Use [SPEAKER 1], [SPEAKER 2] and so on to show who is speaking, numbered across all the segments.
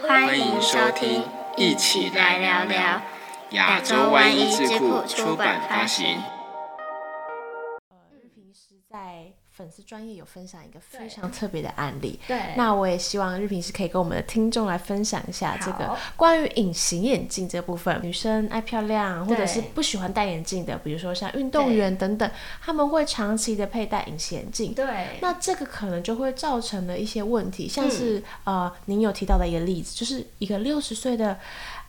[SPEAKER 1] 欢迎收听，一起来聊聊亚洲湾一智库出版发行。
[SPEAKER 2] 日平师在粉丝专业有分享一个非常特别的案例，
[SPEAKER 3] 对，
[SPEAKER 2] 那我也希望日平师可以跟我们的听众来分享一下这个
[SPEAKER 3] 好
[SPEAKER 2] 关于隐形眼镜这部分。女生爱漂亮，或者
[SPEAKER 3] 对
[SPEAKER 2] 是不喜欢戴眼镜的，比如说像运动员等等，他们会长期的佩戴隐形眼镜。
[SPEAKER 3] 对，
[SPEAKER 2] 那这个可能就会造成了一些问题，
[SPEAKER 3] 嗯
[SPEAKER 2] 像是、呃，您有提到的一个例子，就是一个六十岁的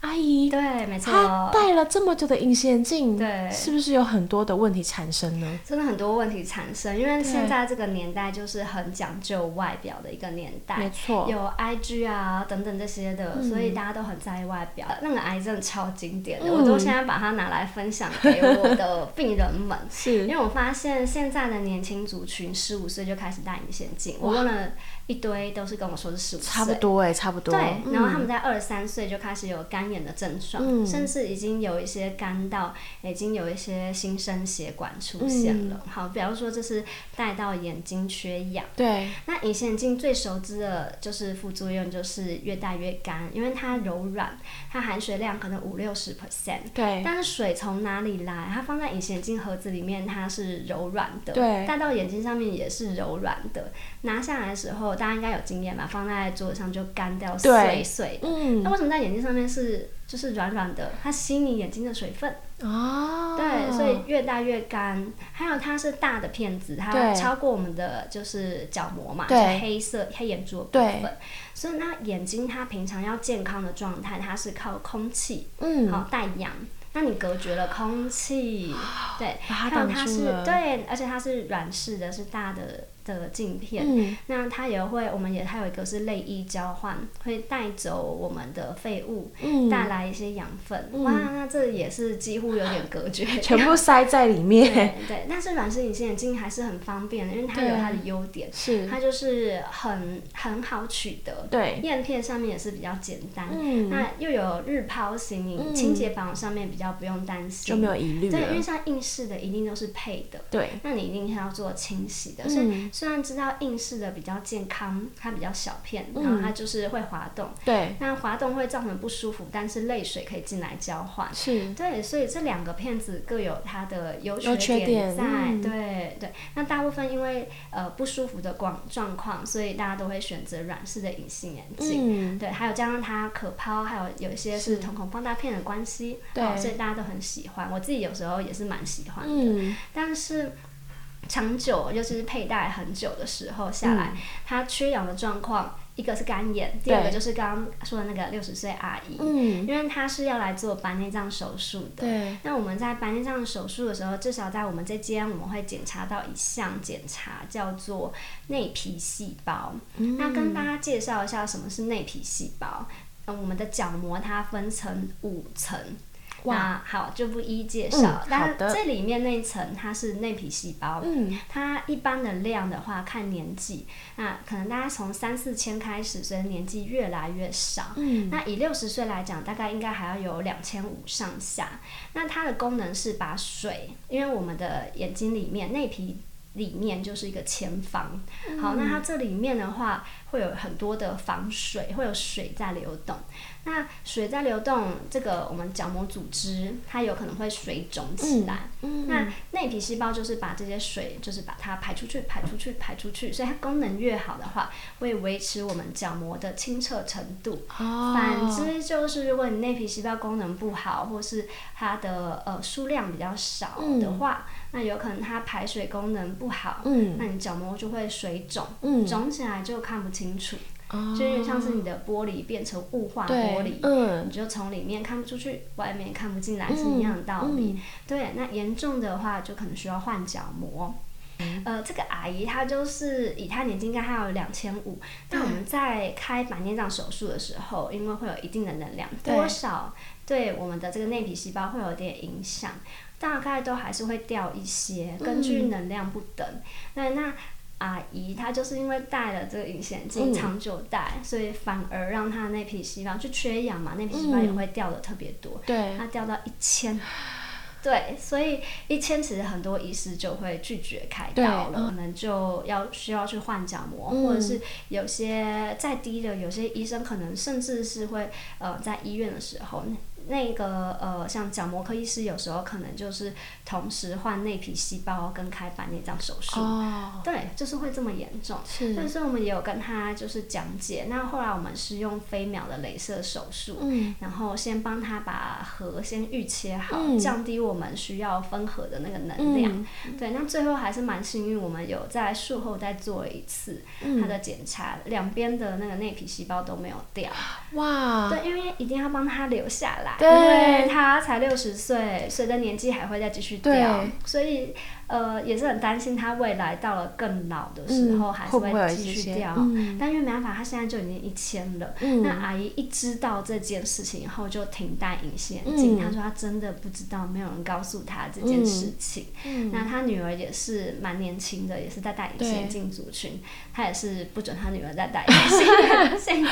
[SPEAKER 2] 阿姨，
[SPEAKER 3] 对，没
[SPEAKER 2] 她
[SPEAKER 3] 错，
[SPEAKER 2] 戴了这么久的隐形眼镜，
[SPEAKER 3] 对
[SPEAKER 2] 是不是有很多的问题产生呢？
[SPEAKER 3] 真的很多问题产生，因为
[SPEAKER 2] 对
[SPEAKER 3] 现在这个年代就是很讲究外表的一个年
[SPEAKER 2] 没
[SPEAKER 3] 代。
[SPEAKER 2] 错，嗯
[SPEAKER 3] 有 IG 啊等等这些的，所以大家都很在意外表。那个癌症超经典的，我都现在把它拿来分享给我的病人 们。因
[SPEAKER 2] 是
[SPEAKER 3] 为我发现现在的年轻族群，十五岁就开始戴隐形眼镜，我问了一堆，都是跟我说是十五岁，
[SPEAKER 2] 差不多哎、差不多。
[SPEAKER 3] 对，
[SPEAKER 2] 嗯
[SPEAKER 3] 然后他们在二三岁就开始有干眼的症状，
[SPEAKER 2] 嗯
[SPEAKER 3] 甚至已经有一些干到已经有一些新生血管出现了。好，比方说这是带到眼睛缺氧。
[SPEAKER 2] 嗯对，
[SPEAKER 3] 那隐形眼镜最熟知的就是副作用，就是越戴越干，因为它柔软，它含水量可能五六十 percent。
[SPEAKER 2] 对，
[SPEAKER 3] 但是水从哪里来？它放在隐形眼镜盒子里面，它是柔软的，
[SPEAKER 2] 对
[SPEAKER 3] 戴到眼睛上面也是柔软的。拿下来的时候，大家应该有经验吧？放在桌子上就干掉碎
[SPEAKER 2] 对
[SPEAKER 3] 碎的。那
[SPEAKER 2] 嗯
[SPEAKER 3] 为什么在眼睛上面是就是软软的？它吸你眼睛的水分，
[SPEAKER 2] 哦，
[SPEAKER 3] 对，所以越戴越干。还有它是大的片子，它
[SPEAKER 2] 对
[SPEAKER 3] 超过我们的就是角膜嘛，就
[SPEAKER 2] 对
[SPEAKER 3] 黑色黑眼珠的部
[SPEAKER 2] 对
[SPEAKER 3] 分。所以那眼睛它平常要健康的状态，它是靠空气
[SPEAKER 2] 嗯，
[SPEAKER 3] 好带氧。那你隔绝了空气，对，
[SPEAKER 2] 啊把它
[SPEAKER 3] 还有
[SPEAKER 2] 挡
[SPEAKER 3] 它
[SPEAKER 2] 住
[SPEAKER 3] 是
[SPEAKER 2] 了
[SPEAKER 3] 对，而且它是软式的，是大的的镜片。
[SPEAKER 2] 嗯
[SPEAKER 3] 那它也会，我们也还有一个是泪液交换，会带走我们的废物，
[SPEAKER 2] 嗯，
[SPEAKER 3] 带来一些养分。
[SPEAKER 2] 嗯
[SPEAKER 3] 哇，那这也是几乎有点隔绝掉。
[SPEAKER 2] 全部塞在里面，
[SPEAKER 3] 对对，但是软式隐形眼镜还是很方便的，因为它有它的优点，
[SPEAKER 2] 是，
[SPEAKER 3] 它就是很很好取得，
[SPEAKER 2] 嗯对，
[SPEAKER 3] 验片上面也是比较简单。
[SPEAKER 2] 嗯，
[SPEAKER 3] 那又有日抛型，
[SPEAKER 2] 嗯
[SPEAKER 3] 你清洁保养上面比较不用担心，
[SPEAKER 2] 就没有疑虑
[SPEAKER 3] 对，因为
[SPEAKER 2] 了，
[SPEAKER 3] 像硬式的一定都是配的，
[SPEAKER 2] 对，
[SPEAKER 3] 那你一定是要做清洗的。所以
[SPEAKER 2] 嗯，
[SPEAKER 3] 虽然知道硬式的比较健康，它比较小片，
[SPEAKER 2] 嗯
[SPEAKER 3] 然后它就是会滑动，
[SPEAKER 2] 对，
[SPEAKER 3] 那滑动会造成不舒服，但是泪水可以进来交换。
[SPEAKER 2] 是，
[SPEAKER 3] 对，所以这两个片子各有它的优
[SPEAKER 2] 优缺点
[SPEAKER 3] 点在，
[SPEAKER 2] 嗯
[SPEAKER 3] 对对。那大部分因为呃不舒服的广状况，所以大家都会选择软式的隐形眼镜。
[SPEAKER 2] 嗯，
[SPEAKER 3] 对，还有加上它可抛，还有有一些是
[SPEAKER 2] 是
[SPEAKER 3] 瞳孔放大片的关系，
[SPEAKER 2] 对
[SPEAKER 3] 哦所以大家都很喜欢。我自己有时候也是蛮喜欢的，
[SPEAKER 2] 嗯，
[SPEAKER 3] 但是长久，尤其是佩戴很久的时候
[SPEAKER 2] 嗯
[SPEAKER 3] 下来，它缺氧的状况，一个是干眼，第二个
[SPEAKER 2] 对
[SPEAKER 3] 就是刚刚说的那个六十岁阿姨，
[SPEAKER 2] 嗯，
[SPEAKER 3] 因为她是要来做白内障手术的。
[SPEAKER 2] 对，
[SPEAKER 3] 那我们在白内障手术的时候，至少在我们这间，我们会检查到一项检查叫做内皮细胞。
[SPEAKER 2] 嗯
[SPEAKER 3] 那跟大家介绍一下什么是内皮细胞。嗯，我们的角膜它分成五层。
[SPEAKER 2] 哇，
[SPEAKER 3] 那好就不一一介绍，
[SPEAKER 2] 嗯
[SPEAKER 3] 但
[SPEAKER 2] 好的
[SPEAKER 3] 是这里面那一层它是内皮细胞，
[SPEAKER 2] 嗯，
[SPEAKER 3] 它一般的量的话，看年纪，那可能大家从三四千开始，随着年纪越来越少。
[SPEAKER 2] 嗯，
[SPEAKER 3] 那以六十岁来讲，大概应该还要有两千五上下。那它的功能是把水，因为我们的眼睛里面内皮。里面就是一个前房，
[SPEAKER 2] 嗯
[SPEAKER 3] 好，那它这里面的话会有很多的防水，会有水在流动。那水在流动，这个我们角膜组织它有可能会水肿起来，
[SPEAKER 2] 嗯，
[SPEAKER 3] 那内皮细胞就是把这些水，就是把它排出去、排出去、排出去，所以它功能越好的话，会维持我们角膜的清澈程度。
[SPEAKER 2] 哦，
[SPEAKER 3] 反之，就是如果你内皮细胞功能不好，或是它的呃数量比较少的话，那有可能它排水功能不好，
[SPEAKER 2] 嗯
[SPEAKER 3] 那你角膜就会水肿，
[SPEAKER 2] 嗯
[SPEAKER 3] 肿起来就看不清楚，
[SPEAKER 2] 哦
[SPEAKER 3] 就有点像是你的玻璃变成雾化玻璃
[SPEAKER 2] 对，，嗯
[SPEAKER 3] 你，就从里面看不出去，外面看不进来是一样的道理。
[SPEAKER 2] 嗯
[SPEAKER 3] 对，那严重的话就可能需要换角膜。呃，这个阿姨她就是以她年纪应该还有两千五，那我
[SPEAKER 2] 嗯
[SPEAKER 3] 们在开白内障手术的时候，因为会有一定的能量，
[SPEAKER 2] 对
[SPEAKER 3] 多少对我们的这个内皮细胞会有点影响，大概都还是会掉一些，根
[SPEAKER 2] 嗯
[SPEAKER 3] 据能量不等。对，那阿姨她就是因为戴了这个隐形眼镜，
[SPEAKER 2] 嗯
[SPEAKER 3] 长久戴，所以反而让她内皮细胞就缺氧嘛，内皮细胞也会掉的特别多，
[SPEAKER 2] 对，
[SPEAKER 3] 它掉到一千对，所以一签其实很多医师就会拒绝开刀
[SPEAKER 2] 对嗯
[SPEAKER 3] 了，可能就要需要去换角膜，
[SPEAKER 2] 嗯
[SPEAKER 3] 或者是有些再低的，有些医生可能甚至是会呃在医院的时候。那个呃，像角膜科医师有时候可能就是同时换内皮细胞跟开白内障手术，
[SPEAKER 2] 哦，
[SPEAKER 3] 对，就是会这么严重。但
[SPEAKER 2] 是，
[SPEAKER 3] 是我们也有跟他就是讲解，那后来我们是用飞秒的镭射手术，
[SPEAKER 2] 嗯，
[SPEAKER 3] 然后先帮他把核先预切好，
[SPEAKER 2] 嗯
[SPEAKER 3] 降低我们需要分核的那个能量。
[SPEAKER 2] 嗯，
[SPEAKER 3] 对，那最后还是蛮幸运，我们有在术后再做了一次
[SPEAKER 2] 嗯
[SPEAKER 3] 他的检查，两边的那个内皮细胞都没有掉。
[SPEAKER 2] 哇，
[SPEAKER 3] 对，因为一定要帮他留下来，
[SPEAKER 2] 啊对
[SPEAKER 3] 因为他才六十岁，随着年纪还会再继续掉
[SPEAKER 2] 对，
[SPEAKER 3] 所以呃也是很担心他未来到了更老的时候、
[SPEAKER 2] 嗯
[SPEAKER 3] 还是
[SPEAKER 2] 会不会有
[SPEAKER 3] 会继
[SPEAKER 2] 一
[SPEAKER 3] 续
[SPEAKER 2] 些
[SPEAKER 3] 掉。
[SPEAKER 2] 嗯
[SPEAKER 3] 但因为没办法，他现在就已经一千了。
[SPEAKER 2] 嗯
[SPEAKER 3] 那阿姨一知道这件事情以后，就停戴隐形眼镜。
[SPEAKER 2] 嗯
[SPEAKER 3] 她说她真的不知道，没有人告诉她这件事情。
[SPEAKER 2] 嗯
[SPEAKER 3] 那她女儿也是蛮年轻的，也是在戴隐形眼镜族群，她也是不准她女儿再戴隐 形眼镜。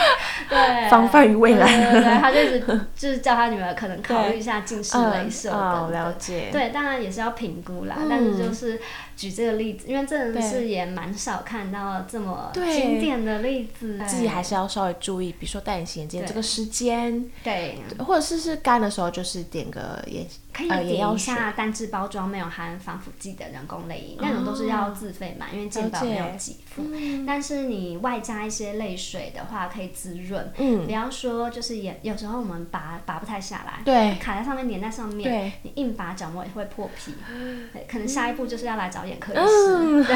[SPEAKER 3] 对，
[SPEAKER 2] 防范于未来
[SPEAKER 3] 对对对对，她就是就是叫她女儿可能考虑一下近视雷射
[SPEAKER 2] 嗯
[SPEAKER 3] 等
[SPEAKER 2] 哦，
[SPEAKER 3] 等。
[SPEAKER 2] 了解，，
[SPEAKER 3] 对，当然也是要评估啦，
[SPEAKER 2] 嗯
[SPEAKER 3] 但是就是举这个例子，因为真的
[SPEAKER 2] 对
[SPEAKER 3] 是也蛮少看到这么
[SPEAKER 2] 对
[SPEAKER 3] 经典的例子，
[SPEAKER 2] 自己还是要稍微注意，比如说戴隐形眼镜
[SPEAKER 3] 对
[SPEAKER 2] 这个时间，
[SPEAKER 3] 对，
[SPEAKER 2] 或者是是干的时候，就是点个眼
[SPEAKER 3] 可以
[SPEAKER 2] 呃眼
[SPEAKER 3] 点
[SPEAKER 2] 药
[SPEAKER 3] 一
[SPEAKER 2] 水，
[SPEAKER 3] 下单支包装没有含防腐剂的人工泪液，那种都是要自费买，因为健保没有给付。但是你外加一些泪水的话，可以滋润。
[SPEAKER 2] 嗯
[SPEAKER 3] 不要说就是眼，有时候我们拔拔不太下来，
[SPEAKER 2] 对
[SPEAKER 3] 卡在上面粘在上面，
[SPEAKER 2] 对
[SPEAKER 3] 你硬拔角膜也会破 皮，对可能下一步就是要来找眼科医师， 对，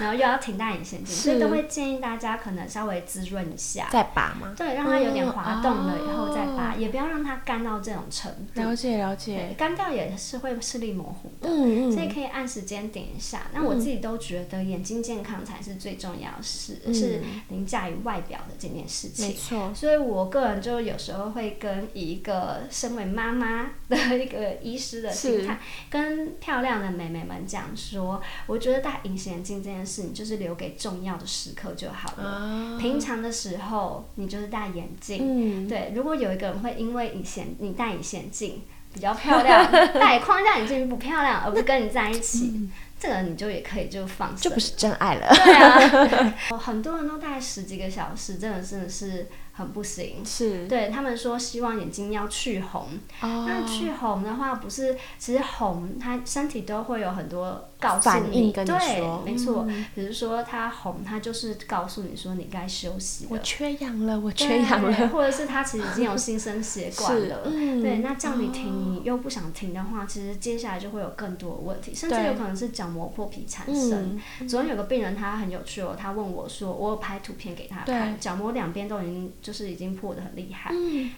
[SPEAKER 3] 然后又要停戴隐形眼镜，所以
[SPEAKER 2] 嗯是
[SPEAKER 3] 都会建议大家可能稍微滋润一下，
[SPEAKER 2] 再拔嘛。
[SPEAKER 3] 对，让它有点滑动了
[SPEAKER 2] 嗯
[SPEAKER 3] 以后再拔，
[SPEAKER 2] 哦
[SPEAKER 3] 也不要让它干到这种程度。
[SPEAKER 2] 了解了
[SPEAKER 3] 对
[SPEAKER 2] 解，
[SPEAKER 3] 干掉也是会视力模糊的，
[SPEAKER 2] 嗯
[SPEAKER 3] 所以
[SPEAKER 2] 嗯，
[SPEAKER 3] 可以按时间点一下。那我自己都觉得眼睛健康才是最重要的事，
[SPEAKER 2] 嗯
[SPEAKER 3] 是凌驾于外表的这件事
[SPEAKER 2] 没
[SPEAKER 3] 情。
[SPEAKER 2] 错，
[SPEAKER 3] 所以我个人就有时候会跟一个身为妈妈的一个医师的心态，跟漂亮的美眉们讲说，我觉得戴隐形眼镜这件事，你就是留给重要的时刻就好了。
[SPEAKER 2] 啊
[SPEAKER 3] 平常的时候，你就是戴眼镜，
[SPEAKER 2] 嗯，
[SPEAKER 3] 对，如果有一个人会因为隐形你戴隐形眼镜比较漂 亮，戴框架眼镜不漂亮，而不跟你在一起，这个你就也可以就放
[SPEAKER 2] 嗯就
[SPEAKER 3] 生
[SPEAKER 2] 不。是真爱 了，
[SPEAKER 3] 对啊，哦很多人都戴十几个小时，真的真的是很不行。
[SPEAKER 2] 是，
[SPEAKER 3] 对他们说，希望眼睛要去红。
[SPEAKER 2] 哦
[SPEAKER 3] 那去红的话，不是其实红，它身体都会有很多告诉
[SPEAKER 2] 反应跟你
[SPEAKER 3] 对
[SPEAKER 2] 说，
[SPEAKER 3] 没错。比如说它红，它就是告诉你说你该休息了。
[SPEAKER 2] 我缺氧了，我缺
[SPEAKER 3] 对
[SPEAKER 2] 氧了，
[SPEAKER 3] 或者是他其实已经有新生血管
[SPEAKER 2] 是
[SPEAKER 3] 了，
[SPEAKER 2] 嗯
[SPEAKER 3] 对，那叫你停，你又不想停的话，其实接下来就会有更多的问题，甚至
[SPEAKER 2] 对
[SPEAKER 3] 有可能是角膜破皮产生
[SPEAKER 2] 嗯。
[SPEAKER 3] 昨天有个病人他很有趣哦，他问我说，我有拍图片给他看，
[SPEAKER 2] 对
[SPEAKER 3] 角膜两边都已经就是已经破的很厉害，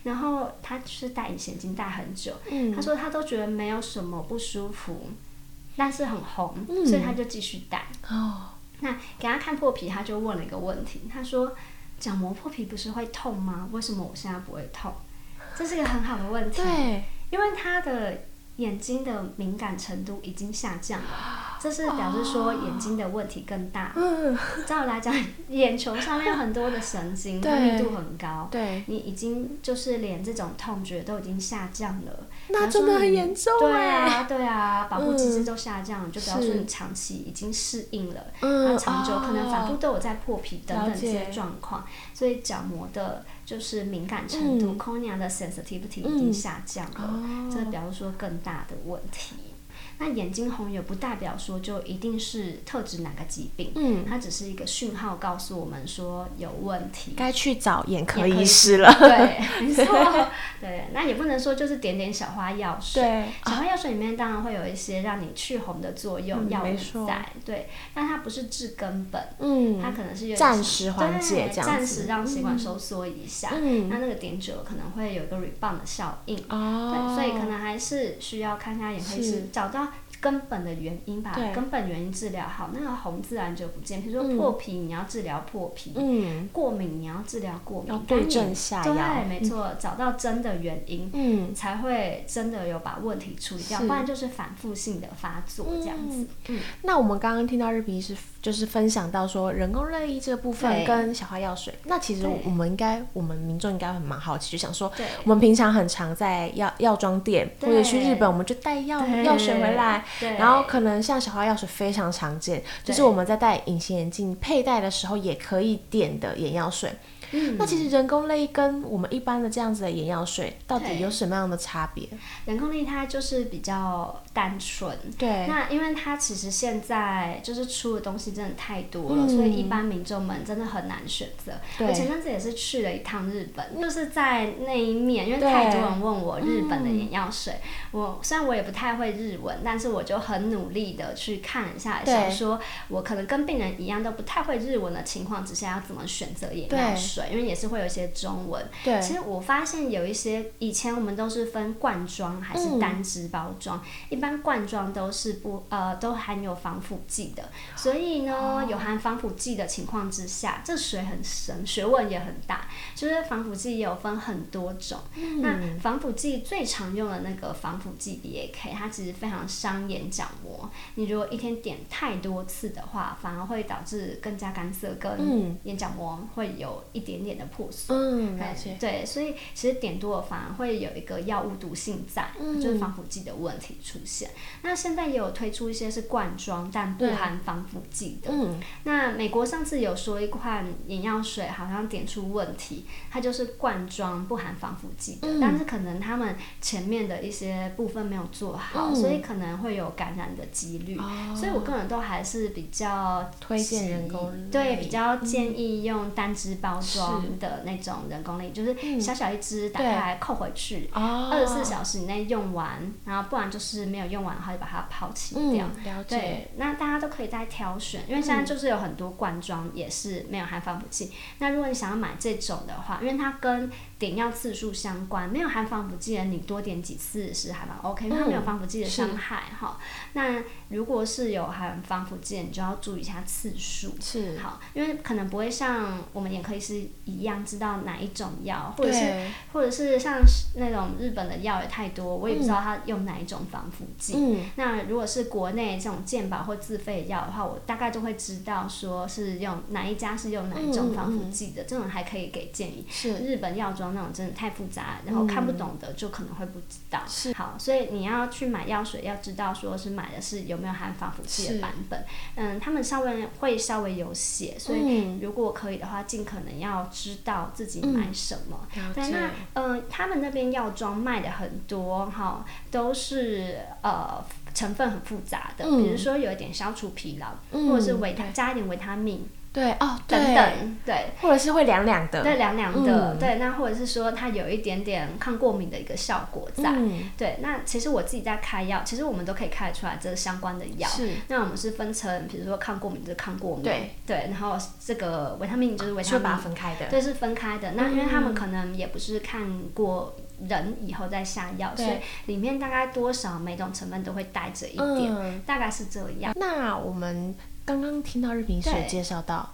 [SPEAKER 3] 然后他就是戴隐形眼镜戴很久，
[SPEAKER 2] 嗯
[SPEAKER 3] 他说他都觉得没有什么不舒服，但是很红，
[SPEAKER 2] 嗯
[SPEAKER 3] 所以他就继续戴。
[SPEAKER 2] 哦，
[SPEAKER 3] 那给他看破皮，他就问了一个问题，他说：“角膜破皮不是会痛吗？为什么我现在不会痛？”这是一个很好的问题，
[SPEAKER 2] 对，
[SPEAKER 3] 因为他的眼睛的敏感程度已经下降了，这是表示说眼睛的问题更大。
[SPEAKER 2] 嗯，
[SPEAKER 3] 照理来讲，眼球上面有很多的神经，它
[SPEAKER 2] 对
[SPEAKER 3] 密度很高，
[SPEAKER 2] 对，
[SPEAKER 3] 你已经就是连这种痛觉都已经下降了，
[SPEAKER 2] 那真的很严重
[SPEAKER 3] 对
[SPEAKER 2] 哎，
[SPEAKER 3] 啊，对啊，保护机制都下降了，就表示
[SPEAKER 2] 是
[SPEAKER 3] 你长期已经适应了，
[SPEAKER 2] 嗯
[SPEAKER 3] 那长久可能反复
[SPEAKER 2] 哦
[SPEAKER 3] 都有在破皮等等
[SPEAKER 2] 了
[SPEAKER 3] 这
[SPEAKER 2] 解
[SPEAKER 3] 些状况，所以角膜的就是敏感程度、
[SPEAKER 2] 嗯
[SPEAKER 3] cornea 的 sensitivity
[SPEAKER 2] 嗯
[SPEAKER 3] 已经下降了，
[SPEAKER 2] 哦
[SPEAKER 3] 这表示说更大的问题。那眼睛红也不代表说就一定是特指哪个疾病，
[SPEAKER 2] 嗯
[SPEAKER 3] 它只是一个讯号告诉我们说有问题，
[SPEAKER 2] 该去找眼科
[SPEAKER 3] 眼科
[SPEAKER 2] 医
[SPEAKER 3] 医
[SPEAKER 2] 师了，
[SPEAKER 3] 对， 没错，对，那也不能说就是点点小花药水。
[SPEAKER 2] 对
[SPEAKER 3] 小花药水里面当然会有一些让你去红的作用
[SPEAKER 2] 嗯
[SPEAKER 3] 药
[SPEAKER 2] 没
[SPEAKER 3] 物
[SPEAKER 2] 错
[SPEAKER 3] 在，对，但它不是治根本，
[SPEAKER 2] 嗯
[SPEAKER 3] 它可能是有点
[SPEAKER 2] 暂时缓解
[SPEAKER 3] 对
[SPEAKER 2] 这样
[SPEAKER 3] 暂
[SPEAKER 2] 子
[SPEAKER 3] 时让血管收缩一下，
[SPEAKER 2] 嗯
[SPEAKER 3] 那那个点久了可能会有一个 rebound 的效应，
[SPEAKER 2] 哦，
[SPEAKER 3] 对，所以可能还是需要看一下眼科医师
[SPEAKER 2] 是，
[SPEAKER 3] 找到根本的原因吧
[SPEAKER 2] 对，
[SPEAKER 3] 根本原因治疗好，那个红自然就不见。比如说
[SPEAKER 2] 嗯
[SPEAKER 3] 破皮，你要治疗破皮，
[SPEAKER 2] 嗯
[SPEAKER 3] 过敏你要治疗过敏，
[SPEAKER 2] 要嗯对
[SPEAKER 3] 干
[SPEAKER 2] 症
[SPEAKER 3] 眼
[SPEAKER 2] 下
[SPEAKER 3] 对
[SPEAKER 2] 药，
[SPEAKER 3] 没错，找到真的原因。
[SPEAKER 2] 嗯，
[SPEAKER 3] 才会真的有把问题处理掉，
[SPEAKER 2] 是
[SPEAKER 3] 不然就是反复性的发作这样子。嗯，
[SPEAKER 2] 那我们刚刚听到日比医师就是分享到说人工热力这个部分
[SPEAKER 3] 对
[SPEAKER 2] 跟小花药水，那其实
[SPEAKER 3] 对
[SPEAKER 2] 我们应该，我们民众应该会蛮好奇，就想说
[SPEAKER 3] 对，
[SPEAKER 2] 我们平常很常在药药妆店或
[SPEAKER 3] 对
[SPEAKER 2] 者去日本，我们就带药
[SPEAKER 3] 对
[SPEAKER 2] 药水哦回来，
[SPEAKER 3] 对
[SPEAKER 2] 然后可能像小花药水非常常见，就是我们在戴隐形眼镜佩戴的时候也可以点的眼药水。
[SPEAKER 3] 嗯
[SPEAKER 2] 那其实人工泪跟我们一般的这样子的眼药水到底
[SPEAKER 3] 对
[SPEAKER 2] 有什么样的差别？
[SPEAKER 3] 人工泪它就是比较单纯。
[SPEAKER 2] 对，
[SPEAKER 3] 那因为它其实现在就是出的东西真的太多了，所以一般民众们真的很难选择。
[SPEAKER 2] 嗯对
[SPEAKER 3] 我前阵子也是去了一趟日本，就是在那一面，因为太多人问我日本的眼药水，
[SPEAKER 2] 嗯
[SPEAKER 3] 我虽然我也不太会日文，但是我就很努力的去看一下，
[SPEAKER 2] 对
[SPEAKER 3] 想说我可能跟病人一样都不太会日文的情况之下，要怎么选择眼药
[SPEAKER 2] 对
[SPEAKER 3] 水，因为也是会有一些中文。
[SPEAKER 2] 对
[SPEAKER 3] 其实我发现有一些以前我们都是分罐装还是单支包
[SPEAKER 2] 嗯
[SPEAKER 3] 装，一般罐装都是不呃都含有防腐剂
[SPEAKER 2] 哦
[SPEAKER 3] 的，所以呢、有含防腐剂的情况之下，这水很深，学问也很大。就是防腐剂也有分很多种，
[SPEAKER 2] 嗯
[SPEAKER 3] 那防腐剂最常用的那个防腐剂 BAK，它其实非常伤眼角膜。你如果一天点太多次的话，反而会导致更加干涩，跟
[SPEAKER 2] 嗯
[SPEAKER 3] 眼角膜会有一点点的破损。
[SPEAKER 2] 嗯，
[SPEAKER 3] 哎
[SPEAKER 2] 了解。
[SPEAKER 3] 对，所以其实点多了反而会有一个药物毒性在，
[SPEAKER 2] 嗯
[SPEAKER 3] 就是防腐剂的问题出现。那现在也有推出一些是罐装但不
[SPEAKER 2] 对
[SPEAKER 3] 含防腐剂的。
[SPEAKER 2] 嗯，
[SPEAKER 3] 那美国上次有说一款眼药水好像点出问题，它就是罐装不含防腐剂的，
[SPEAKER 2] 嗯
[SPEAKER 3] 但是可能他们前面的一些部分没有做好，
[SPEAKER 2] 嗯哦
[SPEAKER 3] 所以可能会有感染的几率。所以我个人都还是比较
[SPEAKER 2] 推荐
[SPEAKER 3] 建
[SPEAKER 2] 人
[SPEAKER 3] 议
[SPEAKER 2] 工泪
[SPEAKER 3] 对，比较建议用单支包装的那种人工泪，
[SPEAKER 2] 嗯
[SPEAKER 3] 就是小小一支打
[SPEAKER 2] 对
[SPEAKER 3] 开扣回去，
[SPEAKER 2] 哦，
[SPEAKER 3] 二十四小时以内用完，然后不然就是没有用完的话就把它抛弃
[SPEAKER 2] 嗯
[SPEAKER 3] 掉。，
[SPEAKER 2] 了解。
[SPEAKER 3] 对，那大家都可以再挑选，因为现在就是有很多罐装也是没有含防腐剂。那如果你想要买这种的话，因为它跟点药次数相关，没有含防腐剂的你多点几次是还蛮 OK，因为它没有防腐剂的伤害哈、那如果是有含防腐剂的，你就要注意一下次数。
[SPEAKER 2] 是，
[SPEAKER 3] 好，因为可能不会像我们眼科医师一样知道哪一种药，或者是
[SPEAKER 2] 对，
[SPEAKER 3] 或者是像那种日本的药也太多，我也不知道它用哪一种防腐剂。
[SPEAKER 2] 嗯，
[SPEAKER 3] 那如果是国内这种健保或自费药的话，我大概就会知道说是用哪一家是用哪一种防腐剂
[SPEAKER 2] 嗯
[SPEAKER 3] 的，这种还可以给建议。
[SPEAKER 2] 是，
[SPEAKER 3] 日本药妆那种真的太复杂，然后看不懂的就可能会不知道。
[SPEAKER 2] 是
[SPEAKER 3] 好，所以你要去买药水，要知道说是买的是有没有含防腐剂的
[SPEAKER 2] 是
[SPEAKER 3] 版本。嗯，他们稍微会稍微有写，所以
[SPEAKER 2] 嗯
[SPEAKER 3] 如果可以的话，尽可能要知道自己买什么。
[SPEAKER 2] 了
[SPEAKER 3] 对，那
[SPEAKER 2] 解。
[SPEAKER 3] 呃，他们那边药妆卖的很多哈，都是呃成分很复杂的，比如
[SPEAKER 2] 嗯
[SPEAKER 3] 说有一点消除疲劳，
[SPEAKER 2] 嗯
[SPEAKER 3] 或者是维他
[SPEAKER 2] 对
[SPEAKER 3] 加一点维他命
[SPEAKER 2] 对，哦，对
[SPEAKER 3] 等，等，对。
[SPEAKER 2] 或者是会凉凉的。
[SPEAKER 3] 对，凉凉的，
[SPEAKER 2] 嗯
[SPEAKER 3] 对，那或者是说它有一点点抗过敏的一个效果在，
[SPEAKER 2] 嗯，
[SPEAKER 3] 对。那其实我自己在开药，其实我们都可以开得出来这相关的药。
[SPEAKER 2] 是，
[SPEAKER 3] 那我们是分成，比如说抗过敏就是抗过敏，
[SPEAKER 2] 对
[SPEAKER 3] 然后这个维他命就是维
[SPEAKER 2] 是
[SPEAKER 3] 他
[SPEAKER 2] 会
[SPEAKER 3] 命
[SPEAKER 2] 把它，分开的。
[SPEAKER 3] 对，是分开的。那因为他们可能也不是看过人以后再下药，所
[SPEAKER 2] 对
[SPEAKER 3] 以里面大概多少每种成分都会带着一点，
[SPEAKER 2] 嗯
[SPEAKER 3] 大概是这样。
[SPEAKER 2] 那我们刚刚听到日平师
[SPEAKER 3] 对
[SPEAKER 2] 介绍到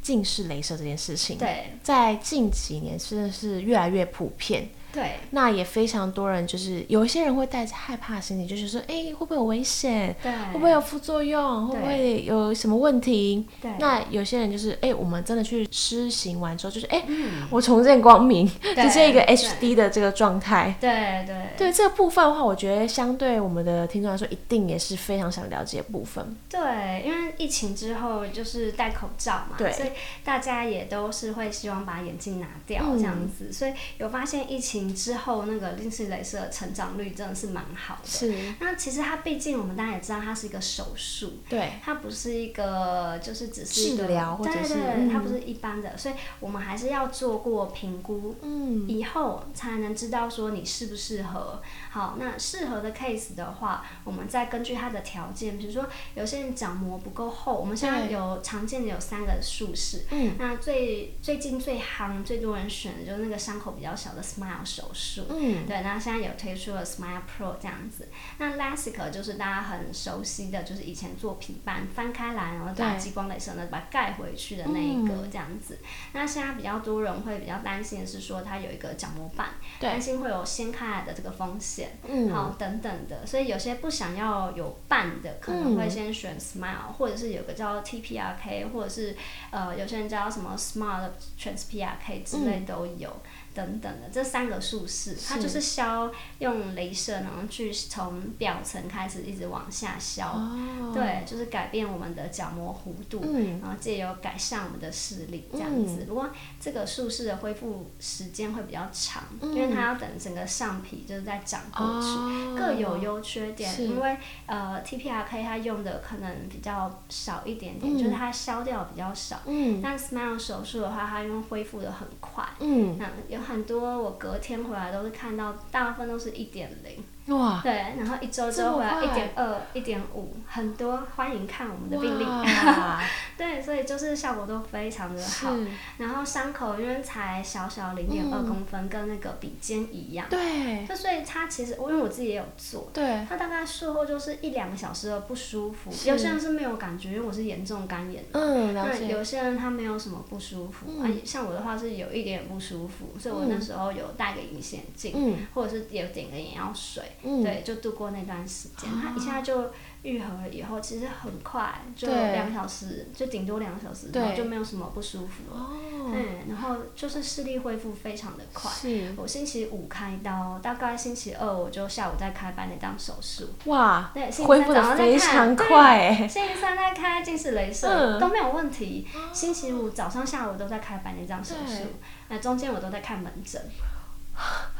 [SPEAKER 2] 近视雷射这件事情，，
[SPEAKER 3] 对
[SPEAKER 2] 在近几年真的是越来越普遍。
[SPEAKER 3] 对
[SPEAKER 2] 那也非常多人，就是有一些人会带着害怕的心理，就是说，哎、会不会有危险？
[SPEAKER 3] 对，
[SPEAKER 2] 会不会有副作用？会
[SPEAKER 3] 对
[SPEAKER 2] 不会有什么问题？
[SPEAKER 3] 对
[SPEAKER 2] 那有些人就是，哎、我们真的去施行完之后，就是，哎、
[SPEAKER 3] 嗯
[SPEAKER 2] 我重见光明，
[SPEAKER 3] 对
[SPEAKER 2] 直接一个
[SPEAKER 3] 对
[SPEAKER 2] HD 的这个状态。
[SPEAKER 3] 对对
[SPEAKER 2] 对这个部分的话，我觉得相对我们的听众来说，一定也是非常想了解的部分。
[SPEAKER 3] 对，因为疫情之后就是戴口罩嘛，
[SPEAKER 2] 对
[SPEAKER 3] 所以大家也都是会希望把眼镜拿掉
[SPEAKER 2] 嗯
[SPEAKER 3] 这样子，所以有发现疫情之后那个近视雷射的成长率真的是蛮好的。
[SPEAKER 2] 是，
[SPEAKER 3] 那其实它毕竟我们大家也知道它是一个手术，
[SPEAKER 2] 对，
[SPEAKER 3] 它不是一个就是只是一个
[SPEAKER 2] 治疗或者
[SPEAKER 3] 对
[SPEAKER 2] 是
[SPEAKER 3] 对对，
[SPEAKER 2] 嗯
[SPEAKER 3] 它不是一般的，所以我们还是要做过评估。
[SPEAKER 2] 嗯，
[SPEAKER 3] 以后才能知道说你适不适合。好，那适合的 case 的话，我们再根据它的条件，比如说有些人角膜不够厚，我们现在
[SPEAKER 2] 对
[SPEAKER 3] 有常见的有三个术式，
[SPEAKER 2] 嗯
[SPEAKER 3] 那最最近最夯、最多人选的就是那个伤口比较小的 Smile 手术。
[SPEAKER 2] 嗯
[SPEAKER 3] 对，那现在有推出了 Smile Pro 这样子，那 LASIK 就是大家很熟悉的，就是以前做皮瓣翻开来，然后打
[SPEAKER 2] 对
[SPEAKER 3] 激光镭射呢，把它盖回去的那一个
[SPEAKER 2] 嗯
[SPEAKER 3] 这样子。那现在比较多人会比较担心的是说，它有一个角膜瓣，
[SPEAKER 2] 嗯对
[SPEAKER 3] 担心会有掀开来的这个风险。好
[SPEAKER 2] 嗯，
[SPEAKER 3] 等等的，所以有些不想要有伴的，可能会先
[SPEAKER 2] 嗯
[SPEAKER 3] 选 Smile，、或者是有个叫 TPRK，或者是呃有些人叫什么 Smile TransPRK 之类都有。等等的，这三个术式，它就是消用镭射，然后去从表层开始一直往下消，
[SPEAKER 2] 哦，
[SPEAKER 3] 对，就是改变我们的角膜弧度，
[SPEAKER 2] 嗯
[SPEAKER 3] 然后借由改善我们的视力这样子。不过这个术式的恢复时间会比较长，因为它要等整个上皮就是再长过去。
[SPEAKER 2] 嗯哦
[SPEAKER 3] 各有优缺点，
[SPEAKER 2] 是
[SPEAKER 3] 因为呃 TPRK 它用的可能比较少一点点，就是它消掉比较少。
[SPEAKER 2] 嗯
[SPEAKER 3] 但 Smile 手术的话，它因为恢复的很快，
[SPEAKER 2] 嗯，
[SPEAKER 3] 那有很多我隔天回来都是看到，大部分都是一点零，
[SPEAKER 2] 哇，
[SPEAKER 3] 对，然后一周之
[SPEAKER 2] 啊这
[SPEAKER 3] 后
[SPEAKER 2] 么
[SPEAKER 3] 回来
[SPEAKER 2] 快
[SPEAKER 3] 一点二、一点五，很多欢迎看我们的病例。
[SPEAKER 2] 哇
[SPEAKER 3] 对，所以就是效果都非常的好。
[SPEAKER 2] 是，
[SPEAKER 3] 然后伤口因为才小小零点二
[SPEAKER 2] 嗯
[SPEAKER 3] 公分，跟那个笔尖一样。
[SPEAKER 2] 对
[SPEAKER 3] 就所以它其实，因为我自己也有做，
[SPEAKER 2] 对，
[SPEAKER 3] 它大概术后就是一两个小时的不舒服，
[SPEAKER 2] 是
[SPEAKER 3] 有些人是没有感觉，因为我是严重干眼。
[SPEAKER 2] 嗯，了
[SPEAKER 3] 那
[SPEAKER 2] 解，
[SPEAKER 3] 有些人他没有什么不舒服、
[SPEAKER 2] 嗯
[SPEAKER 3] 啊，像我的话是有一点点不舒服，所以我
[SPEAKER 2] 嗯
[SPEAKER 3] 那时候有戴个隐形眼镜，
[SPEAKER 2] 嗯
[SPEAKER 3] 或者是有点个眼药水，
[SPEAKER 2] 嗯，啊
[SPEAKER 3] 对，就度过那段时间。它一下就愈合了以后，其实很快，就
[SPEAKER 2] 对
[SPEAKER 3] 两小时，就顶多两小时，
[SPEAKER 2] 对
[SPEAKER 3] 然后就没有什么不舒服了。
[SPEAKER 2] 哦，
[SPEAKER 3] 嗯，然后就是视力恢复非常的快。
[SPEAKER 2] 是
[SPEAKER 3] 我星期五开刀，大概星期二我就下午再开白内障手术。
[SPEAKER 2] 哇
[SPEAKER 3] 对，星期
[SPEAKER 2] 恢
[SPEAKER 3] 三
[SPEAKER 2] 复
[SPEAKER 3] 早
[SPEAKER 2] 的
[SPEAKER 3] 上再
[SPEAKER 2] 非
[SPEAKER 3] 看
[SPEAKER 2] 常
[SPEAKER 3] 对
[SPEAKER 2] 快欸，
[SPEAKER 3] 星期三在开近视雷射、
[SPEAKER 2] 嗯
[SPEAKER 3] 都没有问题，星期五早上、下午都在开白内障手术
[SPEAKER 2] 对，
[SPEAKER 3] 那中间我都在看门诊，